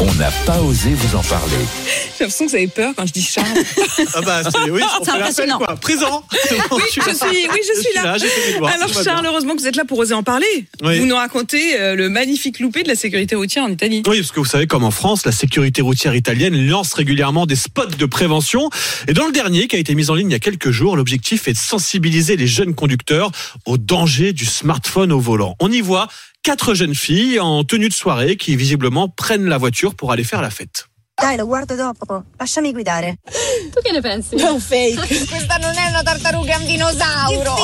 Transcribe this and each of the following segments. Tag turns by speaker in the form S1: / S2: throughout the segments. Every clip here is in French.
S1: on n'a pas osé vous en parler.
S2: J'ai l'impression que vous avez peur quand je dis Charles.
S3: Ah bah c'est
S4: C'est
S3: oui, on fait l'appel
S4: impressionnant.
S3: quoi. Présent.
S2: Oui, je suis, oui, je suis là.
S3: j'ai fait mes devoirs,
S2: Alors
S3: tout va
S2: Charles,
S3: bien.
S2: heureusement que vous êtes là pour oser en parler.
S3: Oui.
S2: Vous nous racontez euh, le magnifique loupé de la sécurité routière en Italie.
S3: Oui, parce que vous savez, comme en France, la sécurité routière italienne lance régulièrement des spots de prévention. Et dans le dernier, qui a été mis en ligne il y a quelques jours, l'objectif est de sensibiliser les jeunes conducteurs au danger du smartphone au volant. On y voit quatre jeunes filles en tenue de soirée qui visiblement prennent la voiture pour aller faire la fête.
S5: Dai, lo guardo dopo. Lasciami guidare.
S4: Tu che ne pensi?
S6: Questa non è una tartaruga, è un dinosauro.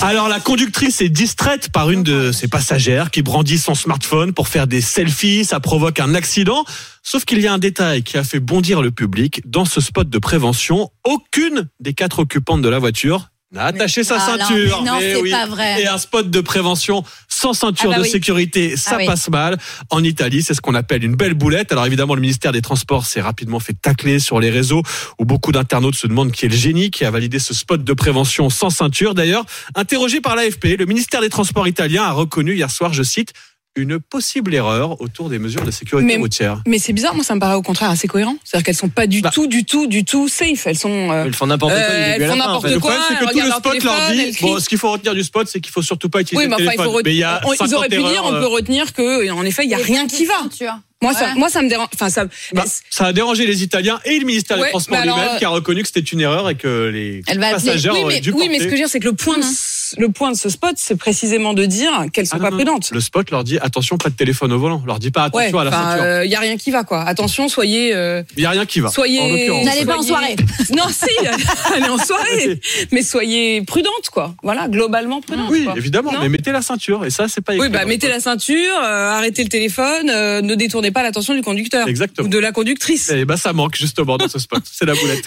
S3: Alors la conductrice est distraite par une de ses passagères qui brandit son smartphone pour faire des selfies, ça provoque un accident. Sauf qu'il y a un détail qui a fait bondir le public. Dans ce spot de prévention, aucune des quatre occupantes de la voiture n'a attaché sa
S4: Ah, non,
S3: ceinture.
S4: mais non,
S3: Mais
S4: c'est
S3: oui.
S4: pas vrai.
S3: Et un spot de prévention sans ceinture
S4: Ah bah
S3: de
S4: oui.
S3: sécurité, ça
S4: Ah oui.
S3: passe mal. En Italie, c'est ce qu'on appelle une belle boulette. Alors évidemment, le ministère des Transports s'est rapidement fait tacler sur les réseaux où beaucoup d'internautes se demandent qui est le génie qui a validé ce spot de prévention sans ceinture. D'ailleurs, interrogé par l'AFP, le ministère des Transports italien a reconnu hier soir, je cite, une possible erreur autour des mesures de sécurité
S2: Mais-
S3: routière.
S2: Mais c'est bizarre, moi ça me paraît au contraire assez cohérent. C'est-à-dire qu'elles sont pas du
S3: Bah.
S2: tout, du tout, du tout safe. Elles sont. euh,
S7: Ils font n'importe quoi.
S2: Euh,
S7: du début
S2: elles
S7: à la fin,
S2: font
S7: en
S2: n'importe
S7: fait.
S3: Le
S2: quoi,
S3: problème, c'est
S2: elles
S3: que tout le
S2: regardent leur
S3: spot leur
S2: téléphone, elles
S3: dit.
S2: crient.
S3: Bon, ce qu'il faut retenir du spot, c'est qu'il faut surtout pas utiliser
S2: Oui, mais
S3: le
S2: enfin, il
S3: téléphone.
S2: faut re-
S3: il y a
S2: on- ils
S3: 50
S2: auraient pu dire,
S3: erreurs,
S2: on
S3: euh,
S2: peut retenir que, en effet, il y a rien qui va. Moi, ça,
S4: Ouais.
S2: moi, ça me dérange. Enfin, ça.
S3: Bah, ça a dérangé les Italiens et le ministère
S2: Ouais,
S3: des Transports
S2: mais alors,
S3: lui-même
S2: euh,
S3: qui a reconnu que c'était une erreur et que les
S4: Elle va appeler. Mm.
S3: passagers
S2: oui,
S3: auraient
S2: mais,
S3: dû
S2: oui, mais
S3: porter-
S2: ce que je veux dire, c'est que le point, de ce- le point de ce spot, c'est précisément de dire qu'elles sont
S3: Ah, non,
S2: pas
S3: non.
S2: prudentes.
S3: Le spot leur dit attention, pas de téléphone au volant. Leur dit pas
S2: Ouais,
S3: attention à la
S2: enfin, euh,
S3: ceinture.
S2: il y a rien qui va quoi. Attention, soyez. euh,
S3: Il n'y a rien qui va. en
S2: Soyez.
S3: l'occurrence.
S4: N'allez pas en soirée.
S2: non, si, allez en soirée. Mais soyez prudente, quoi. Voilà, globalement prudente.
S3: Oui,
S2: quoi.
S3: évidemment,
S2: Non
S3: mais mettez la ceinture et ça, c'est pas écrit
S2: Oui, bah
S3: dans le
S2: mettez la ceinture, euh, arrêtez le téléphone, euh, ne détournez pas l'attention du conducteur
S3: Exactement.
S2: ou de la conductrice.
S3: ben, spot. Et bah, ça manque justement dans ce spot. C'est la boulette.